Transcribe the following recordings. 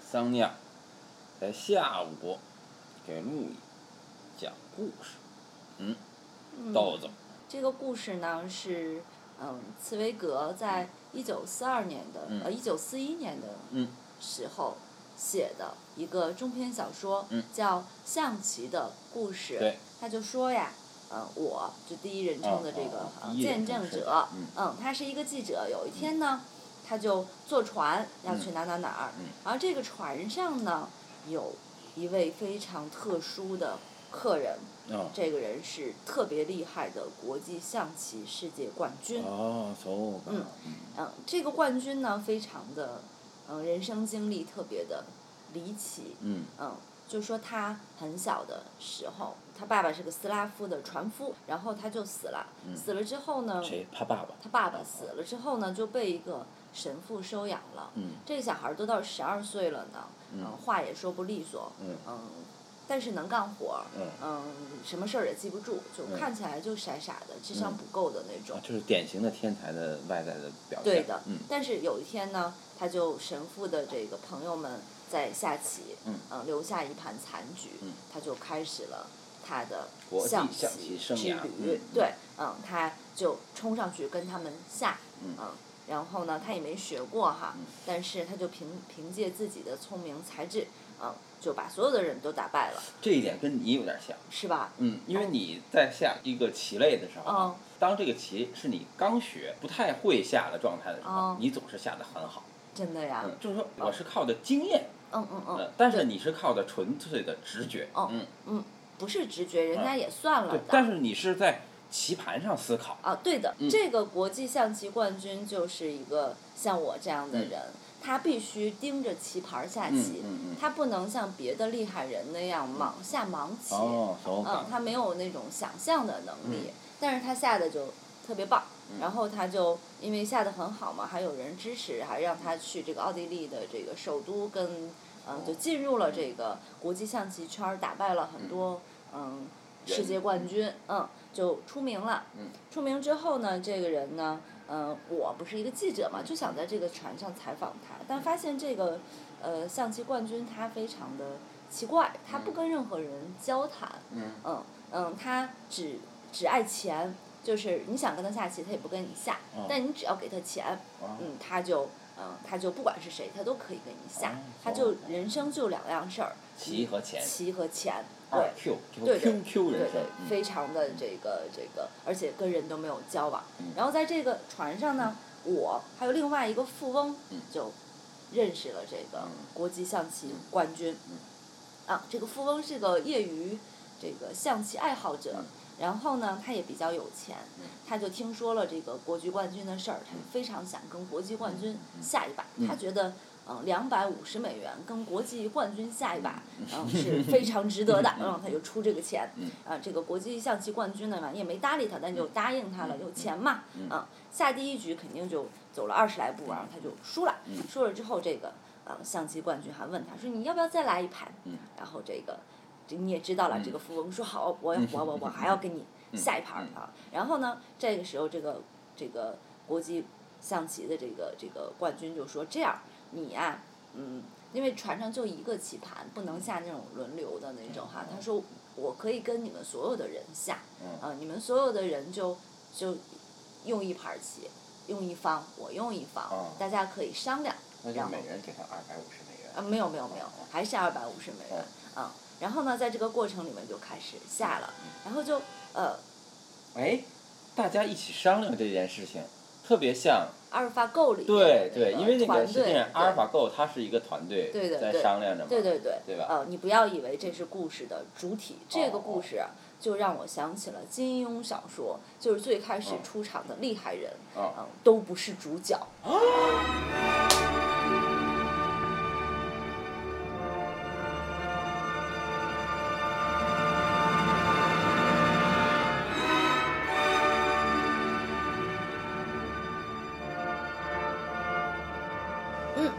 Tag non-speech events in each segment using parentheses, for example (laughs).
桑尼亚在下午给路易讲故事。嗯，嗯豆子，这个故事呢是，嗯，茨威格在一九四二年的、嗯呃一九四一年的嗯时候写的一个中篇小说，嗯叫《象棋的故事》。对，他就说呀，呃，我就第一人称的这个、哦哦哦呃第一人见称证是者吧，嗯他是一个记者。有一天呢，他就坐船要去哪哪哪儿，嗯然后这个船上呢有一位非常特殊的客人，哦，这个人是特别厉害的国际象棋世界冠军。哦，そうか。嗯嗯，这个冠军呢，非常的，嗯，人生经历特别的离奇。嗯嗯，就说他很小的时候，他爸爸是个斯拉夫的船夫，然后他就死了。嗯死了之后呢，谁？他爸爸。他爸爸死了之后呢，就被一个神父收养了。嗯这个小孩儿都到十二岁了呢，嗯话也说不利索，嗯嗯，但是能干活儿，嗯嗯，什么事儿也记不住，就嗯看起来就傻傻的，智商嗯不够的那种啊，。就是典型的天才的外在的表现。对的，嗯但是有一天呢，他就神父的这个朋友们在下棋，嗯留下一盘残局，嗯他就开始了他的国际象象棋生之涯旅，嗯对，嗯，他就冲上去跟他们下，嗯然后呢，他也没学过哈，嗯但是他就凭凭借自己的聪明才智，嗯，就把所有的人都打败了，这一点跟你有点像。是吧？嗯，因为你在下一个棋类的时候，啊嗯当这个棋是你刚学、不太会下的状态的时候，哦啊你总是下的很好。真的呀，嗯，就是说我是靠的经验，嗯嗯嗯嗯，但是你是靠的纯粹的直觉，哦嗯，嗯，不是直觉，人家嗯也算了对的，，但是你是在棋盘上思考，啊，对的，嗯这个国际象棋冠军就是一个像我这样的人，他必须盯着棋盘儿下嗯棋，嗯嗯，他不能像别的厉害人那样盲下盲棋，哦，嗯手嗯感，，他没有那种想象的能力，但是他下的就特别棒。嗯然后他就因为下的很好嘛，还有人支持，还让他去这个奥地利的这个首都跟，嗯、就进入了这个国际象棋圈儿，打败了很多嗯世界冠军，嗯，就出名了。嗯出名之后呢，这个人呢，嗯、我不是一个记者嘛，就想在这个船上采访他，但发现这个呃象棋冠军他非常的奇怪，他不跟任何人交谈，嗯嗯嗯，他只只爱钱，就是你想跟他下棋，他也不跟你下，哦但你只要给他钱，哦嗯，他就嗯他就不管是谁，他都可以跟你下，哦他哦就人生就两样事儿，棋和钱，棋和钱，对二 Q，就对对 QQ 对人生对，，嗯非常的这个这个，而且跟人都没有交往嗯。然后在这个船上呢，我还有另外一个富翁嗯就认识了这个嗯国际象棋冠军嗯。啊，这个富翁是个业余这个象棋爱好者嗯，然后呢，他也比较有钱嗯，他就听说了这个国际冠军的事儿，他就非常想跟国际冠军下一把嗯，他觉得。嗯，两百五十美元跟国际冠军下一把，嗯，是非常值得的。嗯，他就出这个钱嗯，啊，这个国际象棋冠军呢，反正也没搭理他，但就答应他了，有钱嘛，嗯，下第一局肯定就走了二十来步，然后他就输了，输了之后，这个呃象棋冠军还问他说你要不要再来一盘嗯，然后这个这你也知道了，这个富翁说好，我要我我我还要跟你下一盘儿啊，然后呢，这个时候这个这个国际象棋的这个这个冠军就说这样，你呀、嗯，因为船上就一个棋盘，不能下那种轮流的那种哈。他说我可以跟你们所有的人下，啊、嗯你们所有的人就就用一盘棋，用一方，我用一方，哦大家可以商量。那然就后每人给他二百五十美元啊，，没有没有没有，还是二百五十美元嗯啊、然后呢，在这个过程里面就开始下了，然后就呃哎，大家一起商量这件事情，特别像。阿尔法狗里面对的对，因为那个团实际队上阿尔对法狗它是一个团队对的在对商量着嘛，对对对，对吧呃，你不要以为这是故事的主体，这个哦故事啊就让我想起了金庸小说，就是最开嗯始出场的厉害人，嗯、哦都不是主角。嗯，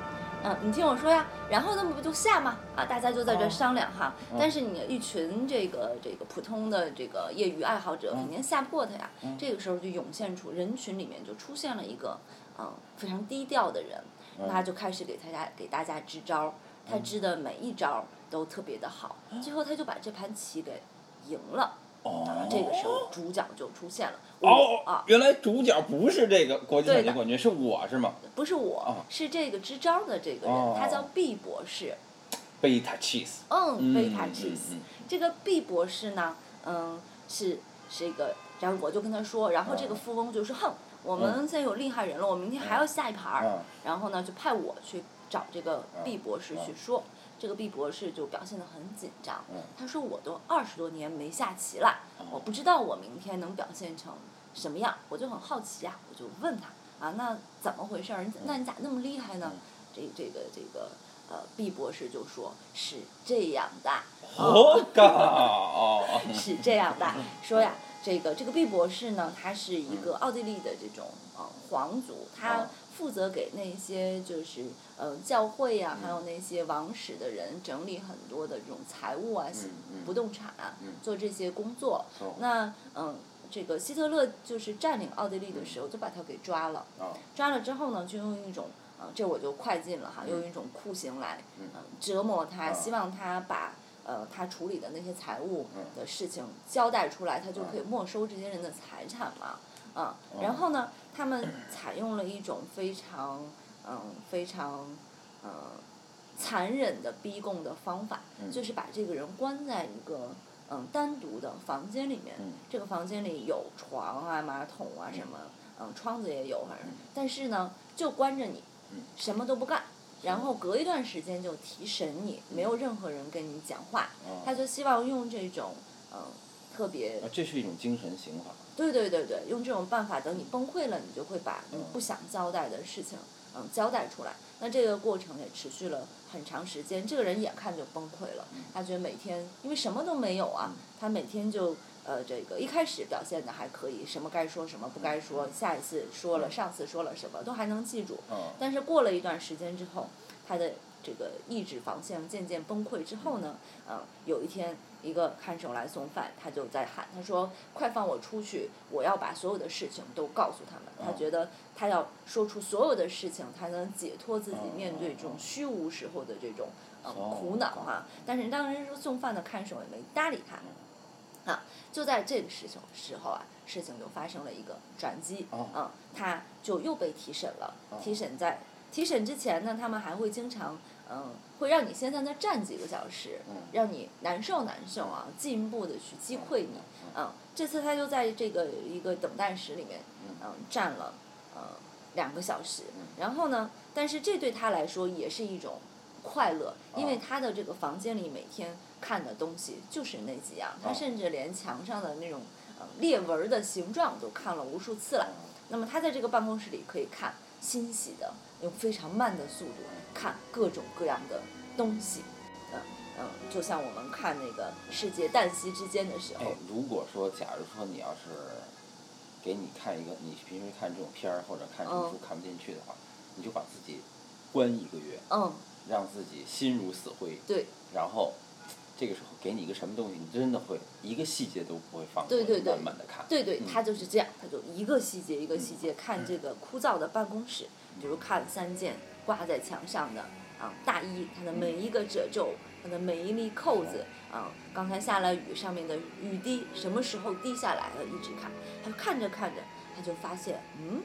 你听我说呀，然后那不就下嘛啊，大家就在这哦商量哈。但是你一群这个这个普通的这个业余爱好者嗯肯定下不过他呀。这个时候就涌现出人群里面就出现嗯了一个嗯非常低调的人，那他就开始给大家给大家支招儿。他支的每一招都特别的好，嗯最后他就把这盘棋给赢了。哦，这个时候主角就出现了，哦我啊，原来主角不是这个国际对赛级的冠军，是我是吗？不是我哦，是这个支招的这个哦人，他叫毕博士，贝塔 cheese，嗯，贝塔嗯 cheese 嗯。这个毕博士呢，嗯，是是一个，然后我就跟他说，然后这个哦富翁就说，哼，我们现在有厉害人了，我明天还要下一嗯盘儿，啊然后呢，就派我去找这个嗯毕博士去说。这个毕博士就表现得很紧张嗯，他说：“我都二十多年没下棋了，我不知道我明天能表现成什么样，我就很好奇呀、我就问他啊，那怎么回事嗯儿？你那你咋那么厉害呢？这这个这个呃，B 博士就说是这样的，我靠！哦是这样的，说呀。这个这个毕博士呢，他是一个奥地利的这种呃皇族，他哦负责给那些就是呃教会呀、嗯还有那些王室的人整理很多的这种财务啊、嗯嗯不动产啊、嗯做这些工作。哦那嗯，这个希特勒就是占领奥地利的时候，嗯就把他给抓了。哦抓了之后呢，就用一种啊、呃这我就快进了哈，用一种酷刑来、嗯呃折磨他，啊希望他把呃他处理的那些财务嗯的事情交代出来，他就可以没收这些人的财产嘛，啊、哦然后呢，他们采用了一种非常嗯、非常嗯、残忍的逼供的方法，嗯就是把这个人关在一个。嗯，单独的房间里面，嗯这个房间里有床啊、马桶啊什么，嗯，窗子也有，反正嗯，但是呢，就关着你嗯，什么都不干，然后隔一段时间就提神你，没有任何人跟你讲话，他哦，就希望用这种，嗯，特别啊，这是一种精神刑法。对对对对，用这种办法，等你崩溃了，你就会把你不想交代的事情，嗯，交代出来。那这个过程也持续了很长时间，这个人眼看就崩溃了，他觉得每天因为什么都没有啊，他每天就呃这个一开始表现的还可以，什么该说什么不该说，下一次说了，上次说了什么都还能记住，嗯但是过了一段时间之后，他的这个意志防线渐渐崩溃之后呢，呃，有一天一个看守来送饭，他就在喊，他说：“快放我出去！我要把所有的事情都告诉他们。”他觉得他要说出所有的事情，才能解脱自己面对这种虚无时候的这种呃哦苦恼啊。但是当时送饭的看守也没搭理他，啊，就在这个时候时候啊，事情就发生了一个转机，哦嗯，他就又被提审了。提审在提审之前呢，他们还会经常嗯，会让你先在那站几个小时，让你难受难受啊，进一步的嗯去击溃你。嗯，这次他就在这个一个等待室里面，嗯，站了呃两个小时。然后呢，但是这对他来说也是一种快乐，因为他的这个房间里每天看的东西就是那几样，他甚至连墙上的那种呃裂纹儿的形状都看了无数次了。哦嗯那么他在这个办公室里可以看欣喜的，用非常慢的速度看各种各样的东西，嗯嗯，就像我们看那个世界旦夕之间的时哎候，，如果说，假如说你要是给你看一个，你平时看这种片儿或者看什么书看不进去的话，你就把自己关一个月，嗯，让自己心如死灰，对然后这个时候给你一个什么东西，你真的会一个细节都不会放过，对对对慢慢的看。对对，他就是这样，他就一个细节一个细节看这个枯燥的办公室，比如看三件挂在墙上的啊大衣，它的每一个褶皱，它的每一粒扣子啊，刚才下了雨，上面的雨滴什么时候滴下来了，一直看，他看着看着，他就发现，嗯，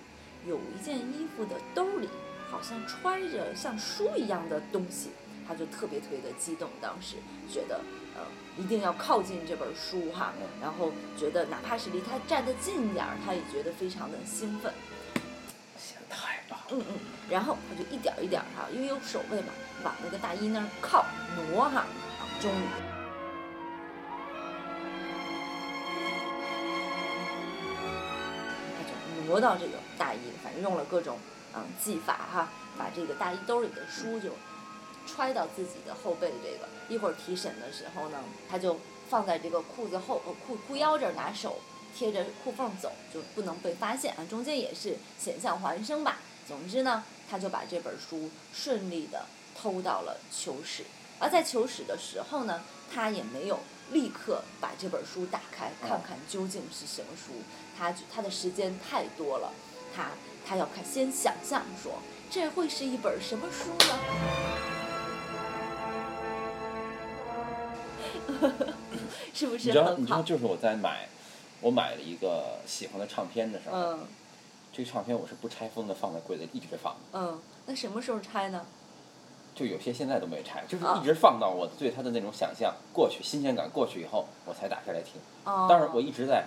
有一件衣服的兜里好像揣着像书一样的东西，他就特别特别的激动，当时觉得呃一定要靠近这本书哈，然后觉得哪怕是离他站得近一点儿，他也觉得非常的兴奋，写的太棒了。嗯嗯，然后他就一点儿一点儿哈，因为有守卫嘛，往那个大衣那儿靠挪哈，啊终于。他就挪到这个大衣，反正用了各种嗯技法哈，把这个大衣兜里的书就揣到自己的后背这个。一会儿提审的时候呢，他就放在这个裤子后呃裤裤腰这儿，拿手贴着裤缝走，就不能被发现啊。中间也是险象环生吧。总之呢，他就把这本书顺利的偷到了囚室。而在囚室的时候呢，他也没有立刻把这本书打开看看究竟是什么书，他就他的时间太多了，他他要看先想象说这会是一本什么书呢？ (laughs) 是不你是知道，很你知道，好？就是我在买，我买了一个喜欢的唱片的时候，嗯这个唱片我是不拆封的，放在柜子里一直放的，嗯，那什么时候拆呢？就有些现在都没拆，就是啊一直放到我对它的那种想象过去，新鲜感过去以后，我才打开来听。哦，当然，我一直在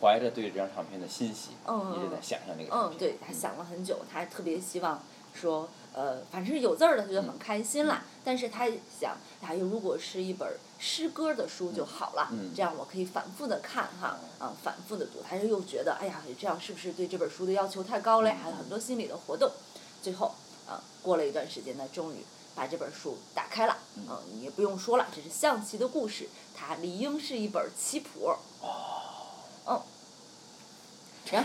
怀着对这张唱片的欣喜，嗯一直在嗯想象这个唱嗯，片。对，他想了很久，他还特别希望说，呃，反正有字儿的他就嗯很开心啦。但是他想，哎呦，如果是一本诗歌的书就好了，嗯这样我可以反复的看哈，啊，反复的读。他又觉得，哎呀，这样是不是对这本书的要求太高嗯了呀？还有很多心理的活动。最后，啊，过了一段时间呢，终于把这本书打开了。嗯嗯，你也不用说了，这是象棋的故事，它理应是一本棋谱。哦嗯。然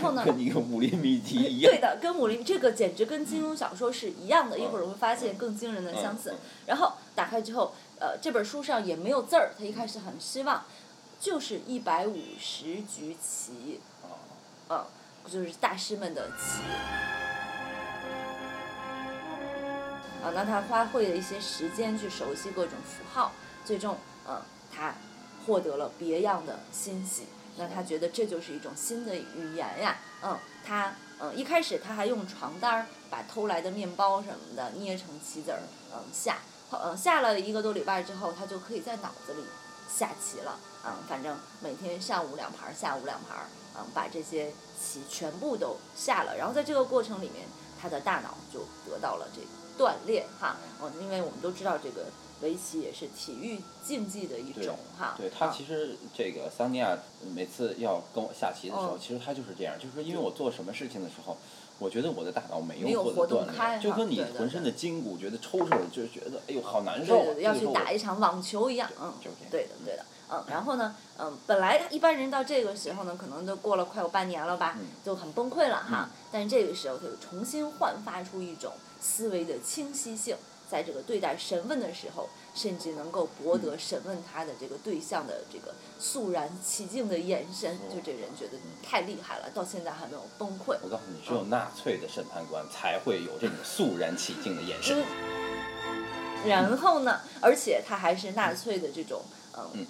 (laughs) 后呢？跟一个武林秘籍一样对。的，跟武林这个简直跟金庸小说是一样的。一会儿我会发现更惊人的嗯相似嗯。然后打开之后，呃，这本书上也没有字儿，他一开始很失望，就是一百五十局棋，哦嗯，就是大师们的棋。啊，那他花费了一些时间去熟悉各种符号，最终，嗯，他获得了别样的欣喜。那他觉得这就是一种新的语言呀，嗯，他，嗯，一开始他还用床单儿把偷来的面包什么的捏成棋子儿，嗯，下，后嗯，下了一个多礼拜之后，他就可以在脑子里下棋了，嗯，反正每天上午两盘儿，下午两盘儿，嗯，把这些棋全部都下了，然后在这个过程里面，他的大脑就得到了这个锻炼哈，嗯，因为我们都知道这个围棋也是体育竞技的一对种哈，对他啊其实这个桑尼亚每次要跟我下棋的时候，嗯其实他就是这样，就是说因为我做什么事情的时候，我觉得我的大脑没没有获活得动锻开炼，就哈跟你对对浑身的筋骨觉得抽抽，就觉得哎呦好难受嗯对啊对，对，要这个去时候打我一场网球一样，嗯，就这样对的对的，嗯，然后呢，嗯，本来一般人到这个时候呢，可能都过了快有半年了吧，嗯就很崩溃了哈，但是这个时候他又重新焕发出一种思维的清晰性，在这个对待神问的时候，甚至能够博得嗯审问他的这个对象的这个肃然起敬的眼神，嗯就这人觉得太厉害了，到现在还没有崩溃。我告诉你，只嗯有纳粹的审判官才会有这种肃然起敬的眼神。嗯然后呢，而且他还是纳粹的这种嗯、嗯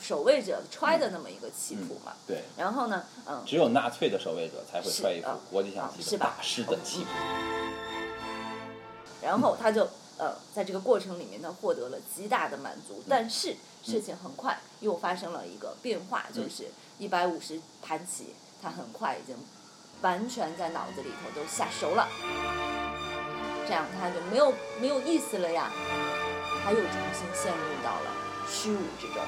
守卫者揣的那么一个棋谱嘛。对，然后呢，嗯，只有纳粹的守卫者才会是摔一副啊国际象啊棋是的吧嗯大师的棋谱。然后他就呃，在这个过程里面，他获得了极大的满足。但是事情很快又发生了一个变化，就是一百五十盘棋，他很快已经完全在脑子里头都下熟了，这样他就没有没有意思了呀，他又重新陷入到了虚无之中。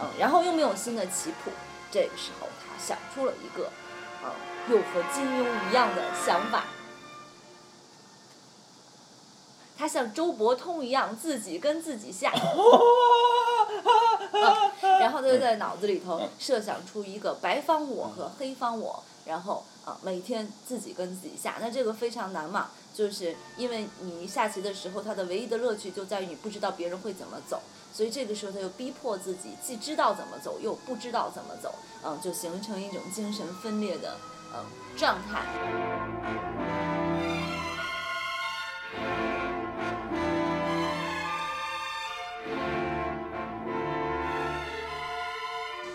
嗯，然后又没有新的棋谱，这个时候他想出了一个，嗯，又和金庸一样的想法。他像周伯通一样，自己跟自己下，嗯然后他就在脑子里头嗯设想出一个白方我和黑方我，然后啊、每天自己跟自己下，那这个非常难嘛，就是因为你下棋的时候，它的唯一的乐趣就在于你不知道别人会怎么走，所以这个时候他就逼迫自己既知道怎么走，又不知道怎么走，嗯，就形成一种精神分裂的嗯状态。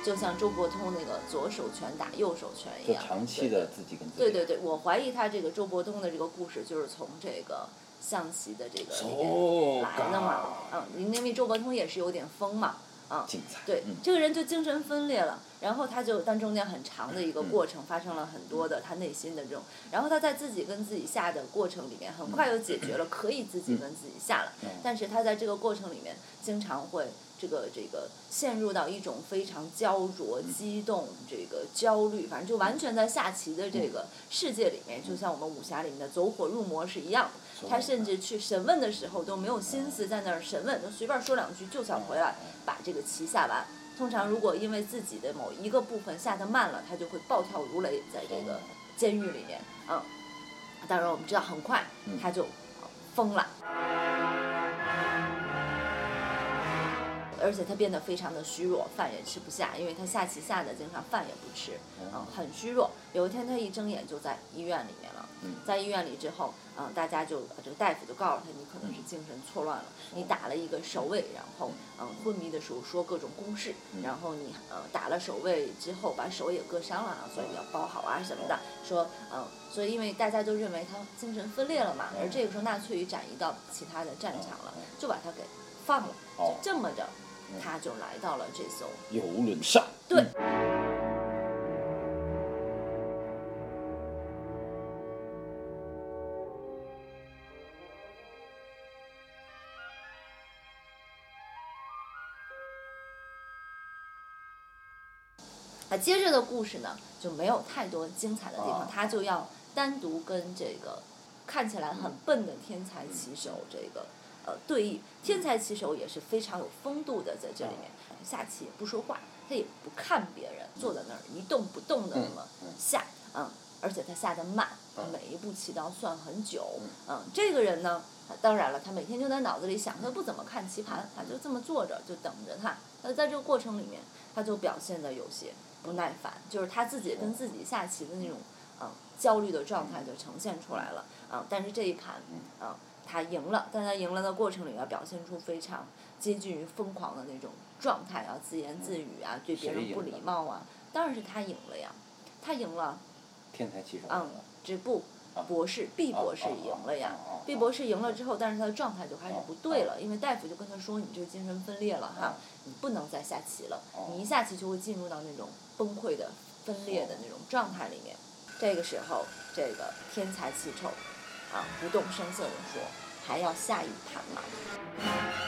就像周伯通那个左手拳打右手拳 (laughs) 一就样，长期的自己跟自己。对对对，我怀疑他这个周伯通的这个故事就是从这个象棋的这个里面哦来的嘛。 God 嗯，因为周伯通也是有点疯嘛。嗯，精彩。对，嗯这个人就精神分裂了，然后他就但中间很长的一嗯个过程，发生了很多的他内心的这种，然后他在自己跟自己下的过程里面，很快又解 (clears throat) 决了，可以自己跟自己下了，嗯但是他在这个过程里面经常会。这个这个陷入到一种非常焦灼、激动、这个焦虑，反正就完全在下棋的这个世界里面，就像我们武侠里面的走火入魔嗯是一样的。他甚至去审问的时候都没有心思在那儿审问，就随便说两句就想回来把这个棋下完。通常如果因为自己的某一个部分下得慢了，他就会暴跳如雷在这个监狱里面。嗯，当然我们知道很快他就呃疯了。而且他变得非常的虚弱，饭也吃不下，因为他下棋下的经常饭也不啊吃，嗯，很虚弱。有一天他一睁眼就在医院里面了，在医院里之后，啊、大家就这个大夫就告诉他，你可能是精神错乱了，你打了一个手位，然后嗯、昏迷的时候说各种公式，然后你呃打了手位之后把手也割伤了啊，所以要包好啊什么的，说嗯、所以因为大家就认为他精神分裂了嘛，而这个时候纳粹已转移到其他的战场了，就把他给放了，就哦，这么着，他就来到了这艘游轮上，对嗯，啊，接着的故事呢就没有太多精彩的地方，啊他就要单独跟这个看起来很笨的天才嗯棋手这个呃对弈。天才棋手也是非常有风度的，在这里面啊下棋也不说话，他也不看别人，坐在那儿一动不动的那么嗯嗯下，嗯，而且他下的慢，他嗯每一步棋都要算很久，嗯，这个人呢。啊当然了，他每天就在脑子里想，他不怎么看棋盘，他就这么坐着，就等着他。那在这个过程里面，他就表现的有些不耐烦，就是他自己跟自己下棋的那种，嗯、焦虑的状态就呈现出来了。嗯、但是这一盘，嗯、他赢了，但他赢了的过程里面表现出非常接近于疯狂的那种状态啊，自言自语啊，对别人不礼貌啊。当然是他赢了呀，他赢了，天才棋手，嗯，这不啊，博士 B 啊啊博士赢了呀。，毕 B 博士赢了之后，但是他的状态就开始不对了，因为大夫就跟他说：“你这个精神分裂了啊哈，你不能再下棋了，哦你一下棋就会进入到那种崩溃的、分裂的那种状态里面。”这个时候，这个天才棋手啊，不动声色地说：“还要下一盘吗？”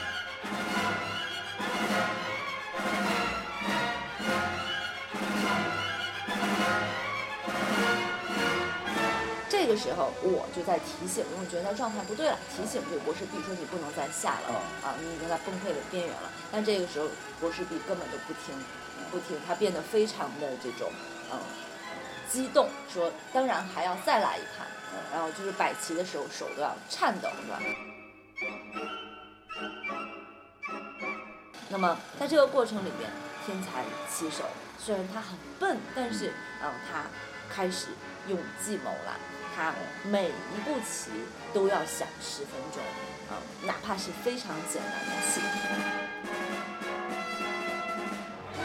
这个时候我就在提醒，因为我觉得他状态不对了，提醒这个博士 B 说你不能再下了，啊，你已经在崩溃的边缘了。但这个时候博士 B 根本就不听，不听，他变得非常的这种，嗯，激动，说当然还要再来一盘，然后就是摆棋的时候手都要颤抖着。那么在这个过程里面，天才棋手虽然他很笨，但是嗯，他开始用计谋了。他每一步棋都要想十分钟，啊、哪怕是非常简单的棋。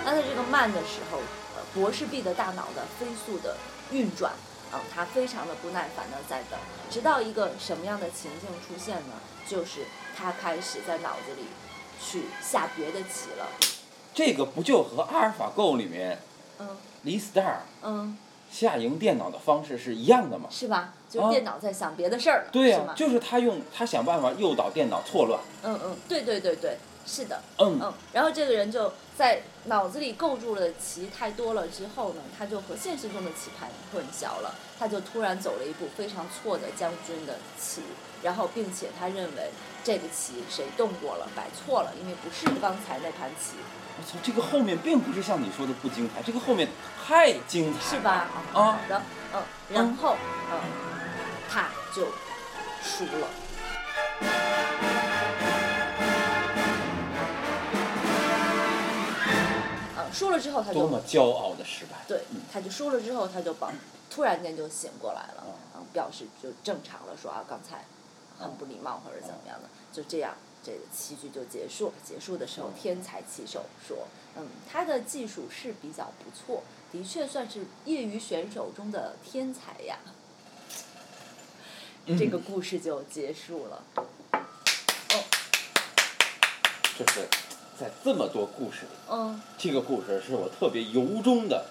那在这个慢的时候，呃，博士 B 的大脑的飞速的运转，啊、他非常的不耐烦的在等，直到一个什么样的情境出现呢？就是他开始在脑子里去下别的棋了，这个不就和阿尔法狗里面嗯李 star 嗯，下赢电脑的方式是一样的吗？是吧？就是啊电脑在想别的事儿了，对是呀、吗？就是他用他想办法诱导电脑错乱，嗯嗯，对对对对，是的。嗯，嗯，然后这个人就在脑子里构筑了棋太多了之后呢，他就和现实中的棋盘混淆了，他就突然走了一步非常错的将军的棋，然后并且他认为这个棋谁动过了，摆错了，因为不是刚才那盘棋，我操，这个后面并不是像你说的不精彩，这个后面太精彩是吧？了啊！然后，嗯，然后，嗯，他就输了。嗯，输了之后他就多么骄傲的失败，对，他就输了之后，他就保，突然间就醒过来了，哦然后表示就正常了，说啊刚才很不礼貌或者怎哦么样的，就这样，这个棋局就结束了。结束的时哦候，天才棋手说，嗯，他的技术是比较不错，的确算是业余选手中的天才呀。嗯 (laughs) 这个故事就结束了。就是在这么多故事里，嗯这个故事是我特别由衷的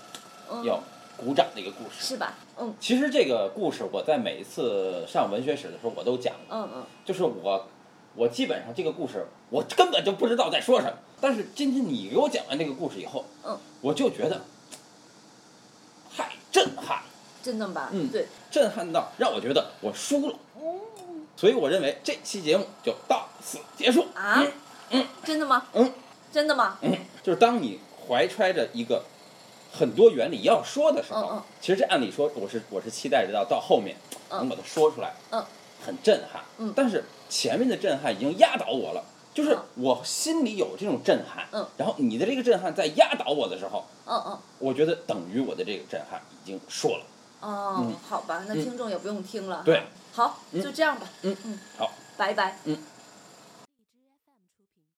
嗯，要鼓掌的一个故事。是吧？嗯其实这个故事我在每一次上文学史的时候我都讲过，嗯嗯，就是我，我基本上这个故事我根本就不知道在说什么。但是今天你给我讲完这个故事以后，嗯，我就觉得太震撼，真的吧？嗯对，震撼到让我觉得我输了。所以我认为这期节目就到此结束。啊嗯，真的吗？嗯，真的吗？嗯，就是当你怀揣着一个很多原理要说的时候，嗯嗯其实这按理说我是我是期待着到到后面嗯能把它说出来，嗯很震撼，嗯但是前面的震撼已经压倒我了，就是嗯我心里有这种震撼，嗯然后你的这个震撼在压倒我的时候，嗯嗯我觉得等于我的这个震撼已经说了，嗯哦嗯，好吧，那嗯听众也不用听了。对，好，嗯就这样吧。嗯嗯，好，拜拜。嗯，